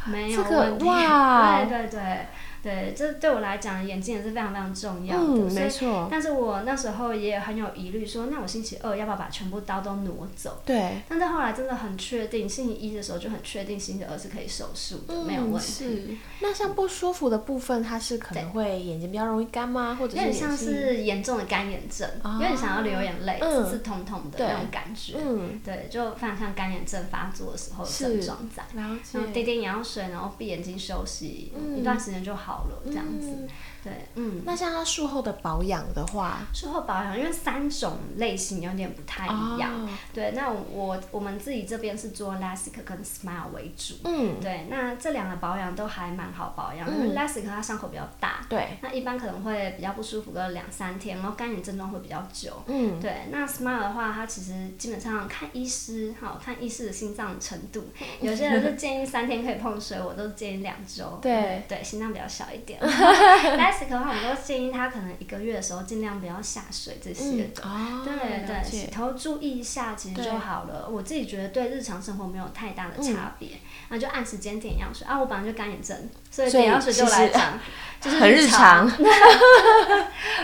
[SPEAKER 3] 没有
[SPEAKER 2] 这个
[SPEAKER 3] 问题。
[SPEAKER 2] 哇
[SPEAKER 3] 对对对对，这对我来讲眼睛也是非常非常重要的，
[SPEAKER 2] 嗯，
[SPEAKER 3] 所
[SPEAKER 2] 没
[SPEAKER 3] 以。
[SPEAKER 2] 错，
[SPEAKER 3] 但是我那时候也很有疑虑，说那我星期二要不要把全部刀都挪走？
[SPEAKER 2] 对，
[SPEAKER 3] 但是后来真的很确定，星期一的时候就很确定星期二是可以手术的，没有
[SPEAKER 2] 嗯
[SPEAKER 3] 问题。嗯
[SPEAKER 2] 是，那像不舒服的部分，它是可能会眼睛比较容易干吗？或者
[SPEAKER 3] 有
[SPEAKER 2] 是
[SPEAKER 3] 点
[SPEAKER 2] 眼
[SPEAKER 3] 像
[SPEAKER 2] 睛
[SPEAKER 3] 是严重的干眼症，
[SPEAKER 2] 哦
[SPEAKER 3] 有点想要流眼泪，
[SPEAKER 2] 嗯
[SPEAKER 3] 刺刺痛痛的
[SPEAKER 2] 对
[SPEAKER 3] 那种感觉。
[SPEAKER 2] 嗯，
[SPEAKER 3] 对，就非常像干眼症发作的时候的
[SPEAKER 2] 是
[SPEAKER 3] 症状在。
[SPEAKER 2] 了
[SPEAKER 3] 然后滴
[SPEAKER 2] 解。
[SPEAKER 3] 滴眼药水，然后闭眼睛休息、
[SPEAKER 2] 嗯
[SPEAKER 3] 一段时间就好了，这样子。
[SPEAKER 2] 嗯
[SPEAKER 3] 对，嗯。
[SPEAKER 2] 那像它术后的保养的话，
[SPEAKER 3] 术后保养，因为三种类型有点不太一样。
[SPEAKER 2] 哦
[SPEAKER 3] 对，那我我们自己这边是做 LASIK 跟 SMILE 为主。
[SPEAKER 2] 嗯，
[SPEAKER 3] 对，那这两个保养都还蛮好保养，
[SPEAKER 2] 嗯
[SPEAKER 3] 因为 LASIK 它伤口比较大，
[SPEAKER 2] 对，
[SPEAKER 3] 那一般可能会比较不舒服个两三天，然后干眼症状会比较久。
[SPEAKER 2] 嗯，
[SPEAKER 3] 对，那 SMART 的话，它其实基本上看医师，好看医师的心脏程 度。有些人是建议三天可以碰水，我都建议两周。嗯
[SPEAKER 2] 对
[SPEAKER 3] 对，心脏比较小一 点。LASIK 的话，我们都建议他可能一个月的时候尽量不要下水这些
[SPEAKER 2] 嗯，
[SPEAKER 3] 的。
[SPEAKER 2] 哦，
[SPEAKER 3] 对
[SPEAKER 2] 了
[SPEAKER 3] 对，洗
[SPEAKER 2] 解，
[SPEAKER 3] 头注意一下，其实
[SPEAKER 2] 对嗯
[SPEAKER 3] 就好了。我自己觉得对日常生活没有太大的差别，那、就按时间点药水啊。我本来就干眼症，所以
[SPEAKER 2] 所以
[SPEAKER 3] 点药水对我
[SPEAKER 2] 其实
[SPEAKER 3] 来 讲就是
[SPEAKER 2] 很日常，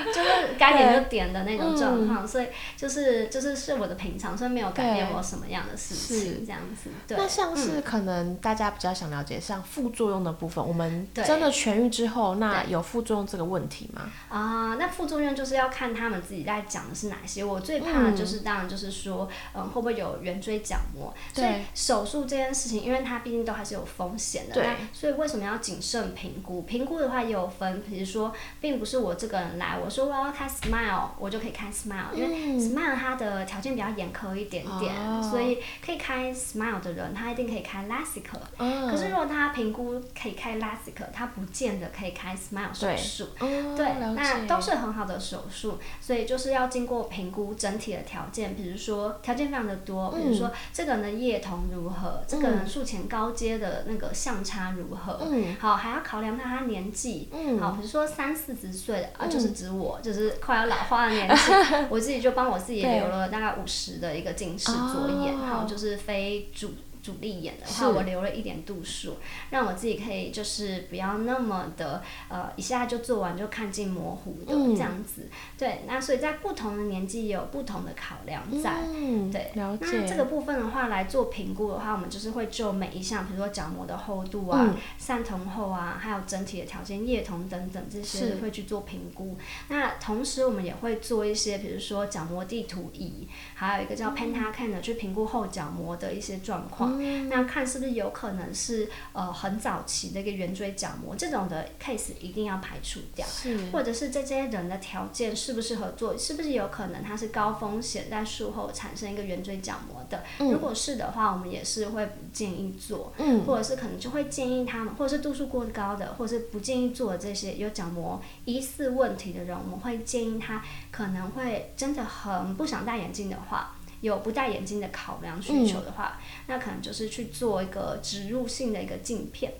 [SPEAKER 3] 就是该点就点的那种状况，所以就是就是是我的平常，所以没有改变
[SPEAKER 2] 嗯对
[SPEAKER 3] 我什么样的事
[SPEAKER 2] 是
[SPEAKER 3] 情这样子。对，嗯
[SPEAKER 2] 那像是可能大家比较想了解，像副作用的部分，我们
[SPEAKER 3] 对
[SPEAKER 2] 真的痊愈之后，那有副作用这个问题吗？
[SPEAKER 3] 啊、那副作用就是要看他们自己在讲的是哪些。我最怕的
[SPEAKER 2] 嗯
[SPEAKER 3] 就是，当然就是说，嗯，会不会有圆锥角膜？所以
[SPEAKER 2] 对
[SPEAKER 3] 手术这件事情，因为它毕竟都还是有风险的，
[SPEAKER 2] 对
[SPEAKER 3] 那所以为什么要谨慎评估？评估的话也有分，比如说，并不是我这个人来，我说我要开 Smile，我就可以开 Smile，、因为 Smile 它的条件比较严苛一点点，
[SPEAKER 2] 嗯哦
[SPEAKER 3] 所以可以开 Smile 的人，他一定可以开 LASIK。
[SPEAKER 2] 嗯，
[SPEAKER 3] 可是如果他评估可以开 LASIK，他不见得可以开 Smile 手
[SPEAKER 2] 对
[SPEAKER 3] 术。
[SPEAKER 2] 哦，
[SPEAKER 3] 对，
[SPEAKER 2] 了
[SPEAKER 3] 那
[SPEAKER 2] 解
[SPEAKER 3] 都是很好的手术，所以就是要经过评估整体的条件，比如说条件非常的多，
[SPEAKER 2] 嗯
[SPEAKER 3] 比如说这个人的液瞳如何，这个人术前高阶的那个相差如何，
[SPEAKER 2] 嗯
[SPEAKER 3] 好，还要考量到他年纪，
[SPEAKER 2] 嗯
[SPEAKER 3] 好，比如说三四十岁的啊，就是指我，就是快要老化的 年纪，我自己就帮我自己
[SPEAKER 2] 对
[SPEAKER 3] 留了大概五十的一个近视左眼，
[SPEAKER 2] 哦
[SPEAKER 3] 好，就是非主。主力眼的话，
[SPEAKER 2] 是
[SPEAKER 3] 我留了一点度数，让我自己可以就是不要那么的呃一下就做完就看尽模糊的
[SPEAKER 2] 嗯
[SPEAKER 3] 这样子。对，那所以在不同的年纪也有不同的考量在。
[SPEAKER 2] 嗯，
[SPEAKER 3] 对，
[SPEAKER 2] 了
[SPEAKER 3] 那
[SPEAKER 2] 解
[SPEAKER 3] 这个部分的话来做评估的话，我们就是会就每一项，比如说角膜的厚度啊、
[SPEAKER 2] 嗯
[SPEAKER 3] 散瞳厚啊，还有整体的条件、液瞳等等这些
[SPEAKER 2] 是
[SPEAKER 3] 会去做评估。那同时我们也会做一些，
[SPEAKER 2] 嗯
[SPEAKER 3] 比如说角膜地图仪，还有一个叫 Pentacan 的、去评估后角膜的一些状况。况，
[SPEAKER 2] 嗯
[SPEAKER 3] 那看是不是有可能是呃很早期的一个圆锥角膜，这种的 case 一定要排除掉。
[SPEAKER 2] 是
[SPEAKER 3] 或者是这些人的条件适不适合做，是不是有可能他是高风险，在术后产生一个圆锥角膜的？如果是的话，我们也是会不建议做，
[SPEAKER 2] 嗯
[SPEAKER 3] 或者是可能就会建议他们，或者是度数过高的，或者是不建议做的这些有角膜疑似问题的人，我们会建议他可能会真的很不想戴眼镜的话。有不戴眼镜的考量需求的话，那可能就是去做一个植入性的一个镜片，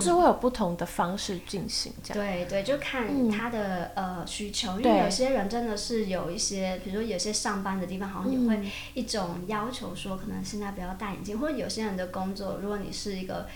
[SPEAKER 2] 就是会有不同的方式进行这样。
[SPEAKER 3] 对对，就看他的、呃需求，因为
[SPEAKER 2] 嗯对
[SPEAKER 3] 有些人真的是有一些，比如说有些上班的地方好像也
[SPEAKER 2] 嗯
[SPEAKER 3] 会一种要求说，可能现在不要戴眼镜，或者有些人的工作，如果你是一个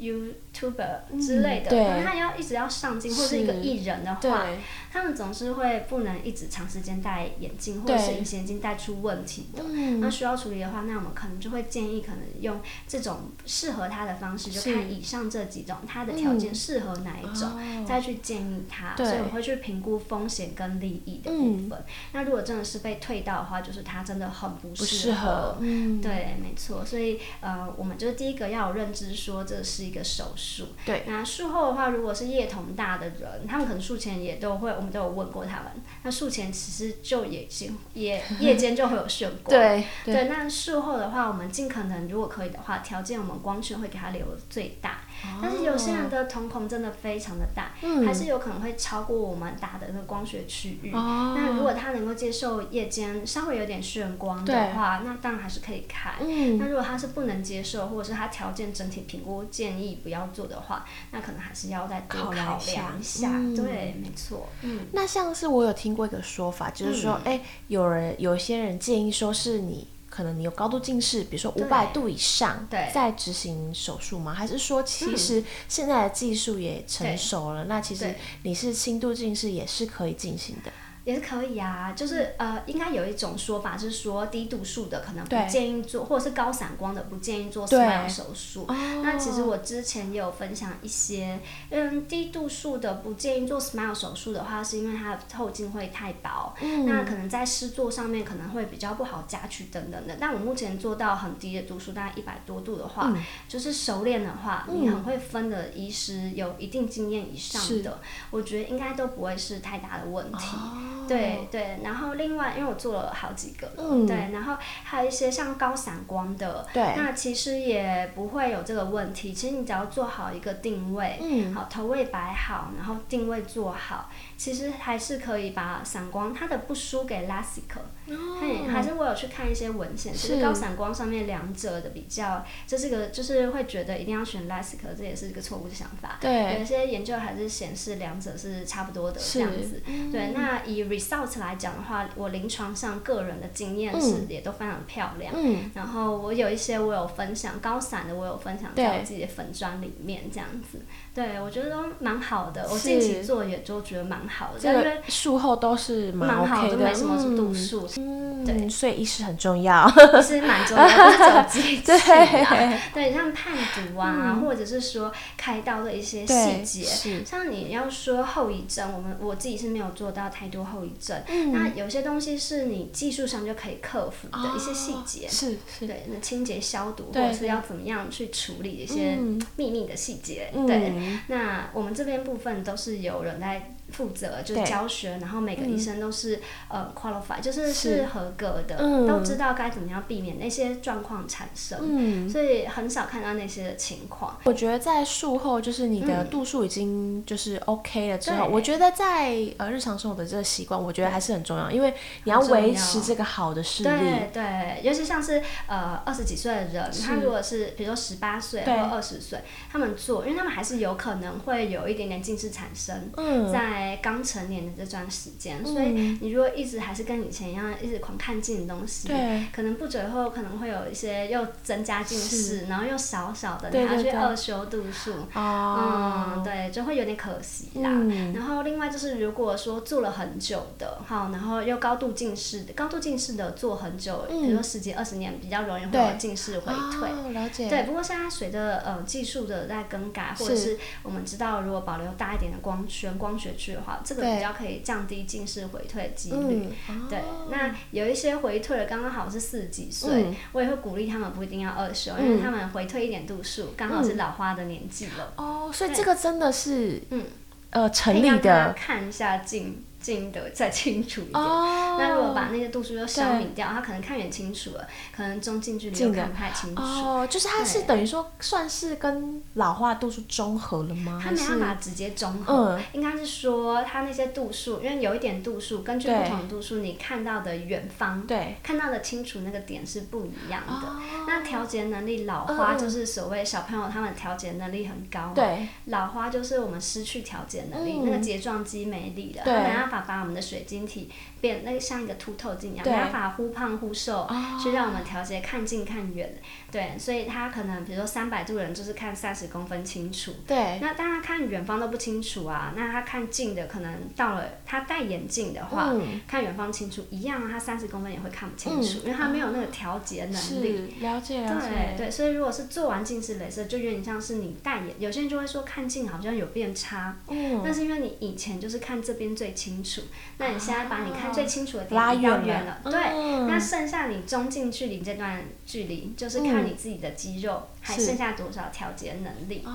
[SPEAKER 3] YouTuber 之类的，
[SPEAKER 2] 嗯对
[SPEAKER 3] 可能他要一直要上镜，或是一个
[SPEAKER 2] 是
[SPEAKER 3] 艺人的话，
[SPEAKER 2] 对，
[SPEAKER 3] 他们总是会不能一直长时间戴眼镜，或者是
[SPEAKER 2] 对
[SPEAKER 3] 隐形眼镜戴出问题的。那
[SPEAKER 2] 嗯，
[SPEAKER 3] 需要处理的话，那我们可能就会建议，可能用这种适合他的方式，就是看以上这几种，他的条件
[SPEAKER 2] 嗯
[SPEAKER 3] 适合哪一种，
[SPEAKER 2] 哦
[SPEAKER 3] 再去建议他。所
[SPEAKER 2] 对嗯
[SPEAKER 3] 以我会去评估风险跟利益的部分。那如果真的是被退到的话，就是他真的很不
[SPEAKER 2] 不
[SPEAKER 3] 适
[SPEAKER 2] 适合，嗯，
[SPEAKER 3] 对，没错，所以呃，我们就是第一个要有认知，说这是一个手术。
[SPEAKER 2] 对
[SPEAKER 3] 那术后的话，如果是叶童大的人，他们可能术前也都会，我们都有问过他们。那术前其实就也已经 也夜间就会有眩光。
[SPEAKER 2] 对
[SPEAKER 3] 对，那术后的话，我们尽可能如果可以的话，条件我们光圈会给它留最大。但是有些人的瞳孔真的非常的大，
[SPEAKER 2] 哦嗯
[SPEAKER 3] 还是有可能会超过我们打的那个光学区域。
[SPEAKER 2] 哦
[SPEAKER 3] 那如果他能够接受夜间稍微有点眩光的
[SPEAKER 2] 对
[SPEAKER 3] 话，那当然还是可以开。那
[SPEAKER 2] 嗯，
[SPEAKER 3] 如果他是不能接受，或者是他条件整体评估建议不要做的话，那可能还是要再多考
[SPEAKER 2] 考量一下
[SPEAKER 3] 量一下。
[SPEAKER 2] 嗯
[SPEAKER 3] 对，没错，嗯，
[SPEAKER 2] 那像是我有听过一个说法，就是说，哎、有人有些人建议说是你。可能你有高度近视，比如说五百
[SPEAKER 3] 对
[SPEAKER 2] 度以上，
[SPEAKER 3] 对嗯
[SPEAKER 2] 再执行手术吗？还是说其实现在的技术也成熟了，那其实
[SPEAKER 3] 对
[SPEAKER 2] 你是轻度近视也是可以进行的？
[SPEAKER 3] 也是可以啊。就是呃，应该有一种说法是说低度数的可能不
[SPEAKER 2] 对
[SPEAKER 3] 建议做，或者是高散光的不建议做
[SPEAKER 2] 对
[SPEAKER 3] SMILE 手术。那其实
[SPEAKER 2] 哦
[SPEAKER 3] 我之前也有分享一些，嗯，低度数的不建议做 SMILE 手术的话，是因为它的透镜会太薄，
[SPEAKER 2] 嗯
[SPEAKER 3] 那可能在施作上面可能会比较不好夹取等等的。但我目前做到很低的度数，大概一百多度的话，
[SPEAKER 2] 嗯
[SPEAKER 3] 就是熟练的话，你很会分的医师有一定经验以上
[SPEAKER 2] 是
[SPEAKER 3] 的，我觉得应该都不会是太大的问题。
[SPEAKER 2] 哦
[SPEAKER 3] 对对，然后另外，因为我做了好几个了，
[SPEAKER 2] 嗯
[SPEAKER 3] 对，然后还有一些像高散光的，
[SPEAKER 2] 对
[SPEAKER 3] 那其实也不会有这个问题。其实你只要做好一个定位，
[SPEAKER 2] 嗯
[SPEAKER 3] 好头位摆好，然后定位做好，其实还是可以把散光它的不输给 LASIK，、嘿，还是我有去看一些文献，就是
[SPEAKER 2] 哦是
[SPEAKER 3] 高散光上面两者的比较，这是个就是会觉得一定要选 LASIK，这也是一个错误的想法。有一
[SPEAKER 2] 对，
[SPEAKER 3] 些研究还是显示两者是差不多的
[SPEAKER 2] 是嗯
[SPEAKER 3] 这样子。对，那以 result 来讲的话，我临床上个人的经验是
[SPEAKER 2] 嗯
[SPEAKER 3] 也都非常漂亮。
[SPEAKER 2] 嗯，
[SPEAKER 3] 然后我有一些我有分享高散的，我有分享在我自己的粉砖里面这样子。对，我觉得都蛮好的，我
[SPEAKER 2] 是
[SPEAKER 3] 近期做也都觉得蛮好的，
[SPEAKER 2] 这
[SPEAKER 3] 因为
[SPEAKER 2] 个术后都是蛮
[SPEAKER 3] 蛮好
[SPEAKER 2] OK
[SPEAKER 3] 的，
[SPEAKER 2] 的，
[SPEAKER 3] 没什么度
[SPEAKER 2] 嗯
[SPEAKER 3] 数，
[SPEAKER 2] 嗯，
[SPEAKER 3] 对
[SPEAKER 2] 所以意识很重要。
[SPEAKER 3] 其实蛮重要的，不是走机器啊
[SPEAKER 2] 对，
[SPEAKER 3] 对，像判读啊，或者是说开刀的一些细
[SPEAKER 2] 嗯对
[SPEAKER 3] 节，
[SPEAKER 2] 是
[SPEAKER 3] 像你要说后遗症，我们我自己是没有做到太多后遗症，
[SPEAKER 2] 嗯
[SPEAKER 3] 那有些东西是你技术上就可以克服的一些细节。
[SPEAKER 2] 哦是是，
[SPEAKER 3] 对，那清洁消毒，或
[SPEAKER 2] 对
[SPEAKER 3] 者是要怎么样去处理一些
[SPEAKER 2] 嗯
[SPEAKER 3] 秘密的细节。
[SPEAKER 2] 嗯
[SPEAKER 3] 对，那我们这边部分都是有人在负责，就是
[SPEAKER 2] 对嗯
[SPEAKER 3] 教学，然后每个医生都是、呃 qualify，就是
[SPEAKER 2] 是
[SPEAKER 3] 是合格的，
[SPEAKER 2] 嗯
[SPEAKER 3] 都知道该怎么样避免那些状况产生。
[SPEAKER 2] 嗯。
[SPEAKER 3] 所以很少看到那些的情况，
[SPEAKER 2] 我觉得在术后，就是你的度数已经就是 OK 了之后，
[SPEAKER 3] 嗯对
[SPEAKER 2] 我觉得在呃日常生活的这个习惯，我觉得还是很重要，因为你要
[SPEAKER 3] 很重要
[SPEAKER 2] 维持这个好的视力。
[SPEAKER 3] 对对，尤其像是呃二十几岁的人，他如果是比如说十八岁或
[SPEAKER 2] 对
[SPEAKER 3] 二十岁，他们做，因为他们还是有可能会有一点点近视产生，
[SPEAKER 2] 嗯，
[SPEAKER 3] 在刚成年的这段时间，所以你如果一直还是跟以前一样，一直狂看近的东西，
[SPEAKER 2] 对
[SPEAKER 3] 可能不久以后可能会有一些又增加近视，然后又少少的，你
[SPEAKER 2] 对
[SPEAKER 3] 还要去
[SPEAKER 2] 对对
[SPEAKER 3] 二修度数。
[SPEAKER 2] 哦，
[SPEAKER 3] 嗯，对，就会有点可惜啦。
[SPEAKER 2] 嗯
[SPEAKER 3] 然后另外就是，如果说做了很久的，好，然后又高度近视的，高度近视的做很久，比如说十几二十年，比较容易会有
[SPEAKER 2] 嗯对
[SPEAKER 3] 近视回退。
[SPEAKER 2] 哦，了解，
[SPEAKER 3] 对，不过现在随着呃技术的在更改，或者
[SPEAKER 2] 是
[SPEAKER 3] 是我们知道，如果保留大一点的光圈、光学区去的话，这个
[SPEAKER 2] 对
[SPEAKER 3] 比较可以降低近视回退的几率。
[SPEAKER 2] 嗯，
[SPEAKER 3] 对
[SPEAKER 2] 哦，
[SPEAKER 3] 那有一些回退了，刚刚好是四十几岁，
[SPEAKER 2] 嗯
[SPEAKER 3] 我也会鼓励他们不一定要二十、哦因为他们回退一点度数，刚
[SPEAKER 2] 嗯
[SPEAKER 3] 好是老花的年纪了。
[SPEAKER 2] 哦，所以
[SPEAKER 3] 对
[SPEAKER 2] 这个真的是
[SPEAKER 3] 嗯，
[SPEAKER 2] 呃成
[SPEAKER 3] 可以
[SPEAKER 2] 立
[SPEAKER 3] 让他
[SPEAKER 2] 的
[SPEAKER 3] 看一下近近的再清楚一点。
[SPEAKER 2] 哦。
[SPEAKER 3] 那如果把那个度数都消弭掉，他可能看远清楚了，可能中近距离又
[SPEAKER 2] 近的
[SPEAKER 3] 看不太清楚。
[SPEAKER 2] 哦，就是它是
[SPEAKER 3] 对
[SPEAKER 2] 等于说算是跟老化度数中和了吗？
[SPEAKER 3] 他没
[SPEAKER 2] 还是
[SPEAKER 3] 办法直接综合，
[SPEAKER 2] 嗯
[SPEAKER 3] 应该是说他那些度数，因为有一点度数，根据
[SPEAKER 2] 对
[SPEAKER 3] 不同度数，你看到的远方，
[SPEAKER 2] 对
[SPEAKER 3] 看到的清楚那个点是不一样的。
[SPEAKER 2] 哦
[SPEAKER 3] 那调节能力，老花
[SPEAKER 2] 嗯嗯
[SPEAKER 3] 就是所谓小朋友他们调节能力很高嘛，
[SPEAKER 2] 对
[SPEAKER 3] 老花就是我们失去调节能力，
[SPEAKER 2] 嗯
[SPEAKER 3] 那个睫状肌没力了，
[SPEAKER 2] 对
[SPEAKER 3] 它没办法把我们的水晶体变那个像一个凸透镜一样，没
[SPEAKER 2] 对
[SPEAKER 3] 办法忽胖忽瘦，
[SPEAKER 2] 哦
[SPEAKER 3] 去让我们调节看近看远。对，所以他可能比如说三百度人就是看三十公分清楚。
[SPEAKER 2] 对
[SPEAKER 3] 那当然看远方都不清楚啊，那他看近的可能到了他戴眼镜的话，
[SPEAKER 2] 嗯
[SPEAKER 3] 看远方清楚一样啊，他三十公分也会看不清楚，因为他没有那个调节能力。
[SPEAKER 2] 是了解了
[SPEAKER 3] 对
[SPEAKER 2] 解，
[SPEAKER 3] 对，所以如果是做完近视雷射，就有点像是你戴眼，有些人就会说看近好像有变差，
[SPEAKER 2] 嗯
[SPEAKER 3] 那是因为你以前就是看这边最清楚，那你现在把你看最清楚的点
[SPEAKER 2] 啊拉
[SPEAKER 3] 移到
[SPEAKER 2] 远
[SPEAKER 3] 远
[SPEAKER 2] 了
[SPEAKER 3] 对，
[SPEAKER 2] 嗯
[SPEAKER 3] 那剩下你中近距离这段距离，就是看你自己的肌肉、还
[SPEAKER 2] 是
[SPEAKER 3] 剩下多少调节能力。
[SPEAKER 2] 哦，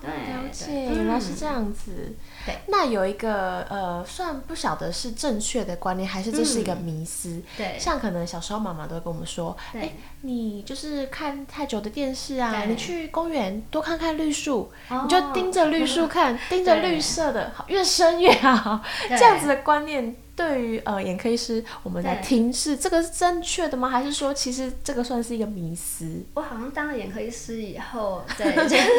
[SPEAKER 3] 对
[SPEAKER 2] 了解，
[SPEAKER 3] 对
[SPEAKER 2] 原来是
[SPEAKER 3] 嗯
[SPEAKER 2] 这样子。
[SPEAKER 3] 对，
[SPEAKER 2] 那有一个呃，算不晓得是正确的观念，还是这是一个
[SPEAKER 3] 嗯
[SPEAKER 2] 迷思。
[SPEAKER 3] 对
[SPEAKER 2] 像可能小时候妈妈都会跟我们说，
[SPEAKER 3] 对
[SPEAKER 2] 哎，你就是看太久的电视啊，
[SPEAKER 3] 对
[SPEAKER 2] 你去公园多看看绿树，
[SPEAKER 3] 哦
[SPEAKER 2] 你就盯着绿 树看，盯着绿色的，好越深越好。
[SPEAKER 3] 对
[SPEAKER 2] 这样子的观念，对于呃眼科医师，我们来
[SPEAKER 3] 对
[SPEAKER 2] 听是这个是正确的吗？还是说其实这个算是一个迷思？
[SPEAKER 3] 我好像当了眼科医师以后， 对，就是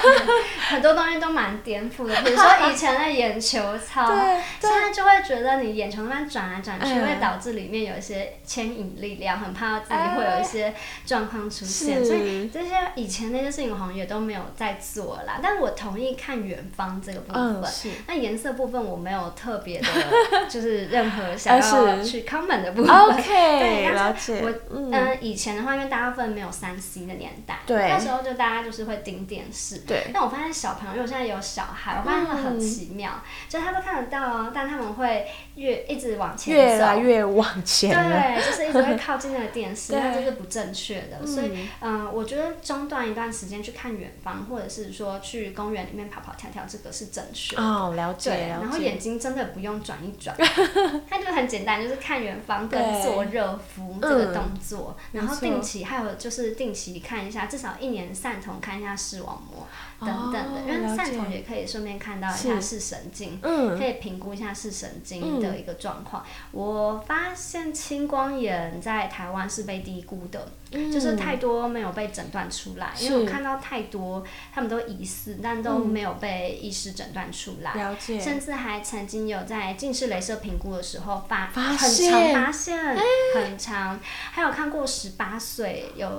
[SPEAKER 3] 很多东西都蛮颠覆的。比如说以前的眼 球操，
[SPEAKER 2] 对
[SPEAKER 3] 现在就会觉得你眼球那边转来转去，
[SPEAKER 2] 嗯
[SPEAKER 3] 会导致里面有一些牵引力量，很怕自己会有一些状况出现。
[SPEAKER 2] 是
[SPEAKER 3] 所以这些以前那些事情，我好像也都没有在做啦。但我同意看远方这个部分。
[SPEAKER 2] 嗯，是。
[SPEAKER 3] 那颜色部分我没有特别的，就是任何 想要
[SPEAKER 2] 啊是
[SPEAKER 3] 去 comment 的部分。
[SPEAKER 2] OK，
[SPEAKER 3] 对，
[SPEAKER 2] 了
[SPEAKER 3] 但是
[SPEAKER 2] 解。
[SPEAKER 3] 我
[SPEAKER 2] 嗯
[SPEAKER 3] 嗯、以前的话，因为大部分没有三 C 的年代，
[SPEAKER 2] 对
[SPEAKER 3] 那时候就大家就是会盯电视。
[SPEAKER 2] 对嗯
[SPEAKER 3] 但我发现小朋友，因为我现在有小孩，我发现他们很奇妙，就是他都看得到哦，但他们会越一直往前
[SPEAKER 2] 越
[SPEAKER 3] 走，
[SPEAKER 2] 来越往前了。
[SPEAKER 3] 对，就是一直会靠近那个电 视，
[SPEAKER 2] 对
[SPEAKER 3] 那这是不正确的。所以，嗯、我觉得中断一段时间去看远方，或者是说去公园里面跑跑跳跳，这个是正确的。
[SPEAKER 2] 哦，了解
[SPEAKER 3] 对，
[SPEAKER 2] 了
[SPEAKER 3] 然后眼
[SPEAKER 2] 解。
[SPEAKER 3] 睛真的不用转一 转，它就很简单，就是看远方
[SPEAKER 2] 对
[SPEAKER 3] 跟做热敷这
[SPEAKER 2] 嗯
[SPEAKER 3] 个动作，然后
[SPEAKER 2] 没错
[SPEAKER 3] 定期还有就是定期看一下，至少一年散瞳看一下视网膜等等的，
[SPEAKER 2] 哦
[SPEAKER 3] 因
[SPEAKER 2] 了
[SPEAKER 3] 为
[SPEAKER 2] 解
[SPEAKER 3] 散瞳也可以顺便看到一下视神经。
[SPEAKER 2] 嗯
[SPEAKER 3] 可以评估一下视神经的一个状况。我发现青光眼在台湾是被低估的，
[SPEAKER 2] 嗯
[SPEAKER 3] 就是太多没有被诊断出来，因
[SPEAKER 2] 是嗯
[SPEAKER 3] 为我看到太多他们都疑似，但都没有被医师诊断出来。
[SPEAKER 2] 了解。
[SPEAKER 3] 甚至还曾经有在近视雷射评估的时候发
[SPEAKER 2] 发
[SPEAKER 3] 很
[SPEAKER 2] 现哎
[SPEAKER 3] 常发现、很常，还有看过十八岁有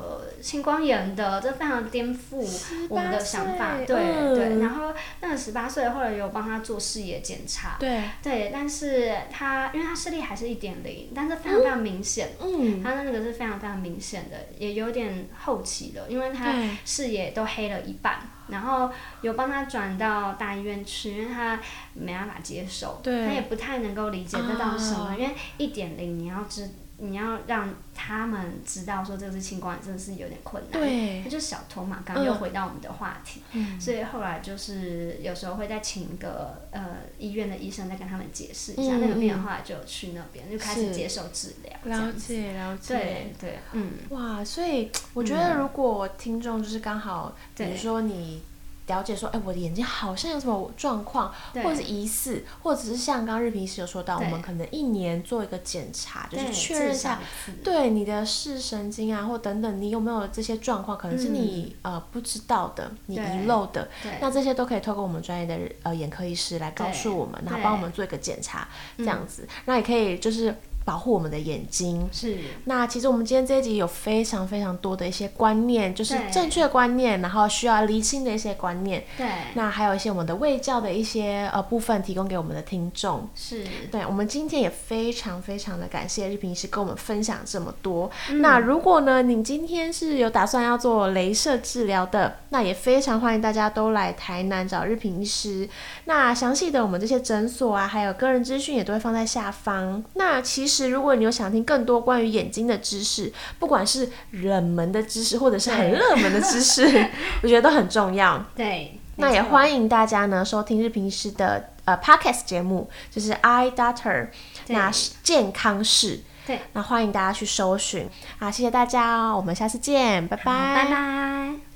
[SPEAKER 3] 青光眼的，这非常颠覆我们的想法。
[SPEAKER 2] 18岁
[SPEAKER 3] 对、
[SPEAKER 2] 嗯
[SPEAKER 3] 对，然后那个十八岁后来有帮他做视野检查，
[SPEAKER 2] 对，
[SPEAKER 3] 对，但是他因为他视力还是一点零，但是非常非常明显。
[SPEAKER 2] 嗯，
[SPEAKER 3] 他那个是非常非常明显的，也有点后期了，因为他
[SPEAKER 2] 对
[SPEAKER 3] 视野都黑了一半，然后有帮他转到大医院去，因为他没办法接受，
[SPEAKER 2] 对
[SPEAKER 3] 他也不太能够理解这到底是什么，
[SPEAKER 2] 啊
[SPEAKER 3] 因为一点零你要知，你要让他们知道说这个是青光眼，真的是有点困难。
[SPEAKER 2] 对
[SPEAKER 3] 他就是小偷嘛，刚
[SPEAKER 2] 嗯
[SPEAKER 3] 刚又回到我们的话题，所以后来就是有时候会再请一个呃医院的医生再跟他们解释一下，
[SPEAKER 2] 嗯
[SPEAKER 3] 那个病人
[SPEAKER 2] 嗯
[SPEAKER 3] 后来就有去那边就开始
[SPEAKER 2] 是
[SPEAKER 3] 接受治疗，这
[SPEAKER 2] 了
[SPEAKER 3] 样子。
[SPEAKER 2] 解了解
[SPEAKER 3] 对。对，嗯，
[SPEAKER 2] 哇，所以我觉得如果听众就是刚好，比如
[SPEAKER 3] 对
[SPEAKER 2] 说你。了解说，哎、我的眼睛好像有什么状况，或
[SPEAKER 3] 对
[SPEAKER 2] 者是疑似，或者是像刚刚日平医师有说到，我
[SPEAKER 3] 对
[SPEAKER 2] 们可能一年做一个检查，就是
[SPEAKER 3] 对
[SPEAKER 2] 确认一
[SPEAKER 3] 至少
[SPEAKER 2] 下
[SPEAKER 3] 一次
[SPEAKER 2] 对你的视神经啊，或等等，你有没有这些状况？可能是你、呃不知道的，你
[SPEAKER 3] 对
[SPEAKER 2] 遗漏的
[SPEAKER 3] 嗯对，
[SPEAKER 2] 那这些都可以透过我们专业的呃眼科医师来告诉我们，
[SPEAKER 3] 对
[SPEAKER 2] 然后
[SPEAKER 3] 对
[SPEAKER 2] 帮我们做一个检查，这样子。那也可以就是保护我们的眼睛。
[SPEAKER 3] 是，
[SPEAKER 2] 那其实我们今天这一集有非常非常多的一些观念，就是
[SPEAKER 3] 对
[SPEAKER 2] 正确观念，然后需要厘清的一些观念。
[SPEAKER 3] 对，
[SPEAKER 2] 那还有一些我们的卫教的一些呃部分提供给我们的听众。
[SPEAKER 3] 是，
[SPEAKER 2] 对，我们今天也非常非常的感谢日平医师跟我们分享这么多。那如果呢，你今天是有打算要做镭射治疗的，那也非常欢迎大家都来台南找日平医师。那详细的我们这些诊所啊，还有个人资讯也都会放在下方。那其实如果你有想听更多关于眼睛的知识，不管是冷门的知识或者是很
[SPEAKER 3] 对
[SPEAKER 2] 热门的知识， 我觉得都很重要。
[SPEAKER 3] 对，
[SPEAKER 2] 那也
[SPEAKER 3] 没错
[SPEAKER 2] 欢迎大家呢收听日平师的呃 podcast 节目，就是 i doctor
[SPEAKER 3] 对
[SPEAKER 2] 那是健康室。
[SPEAKER 3] 对，
[SPEAKER 2] 那欢迎大家去搜寻啊！谢谢大家哦，我们下次见，拜拜，
[SPEAKER 3] 拜拜。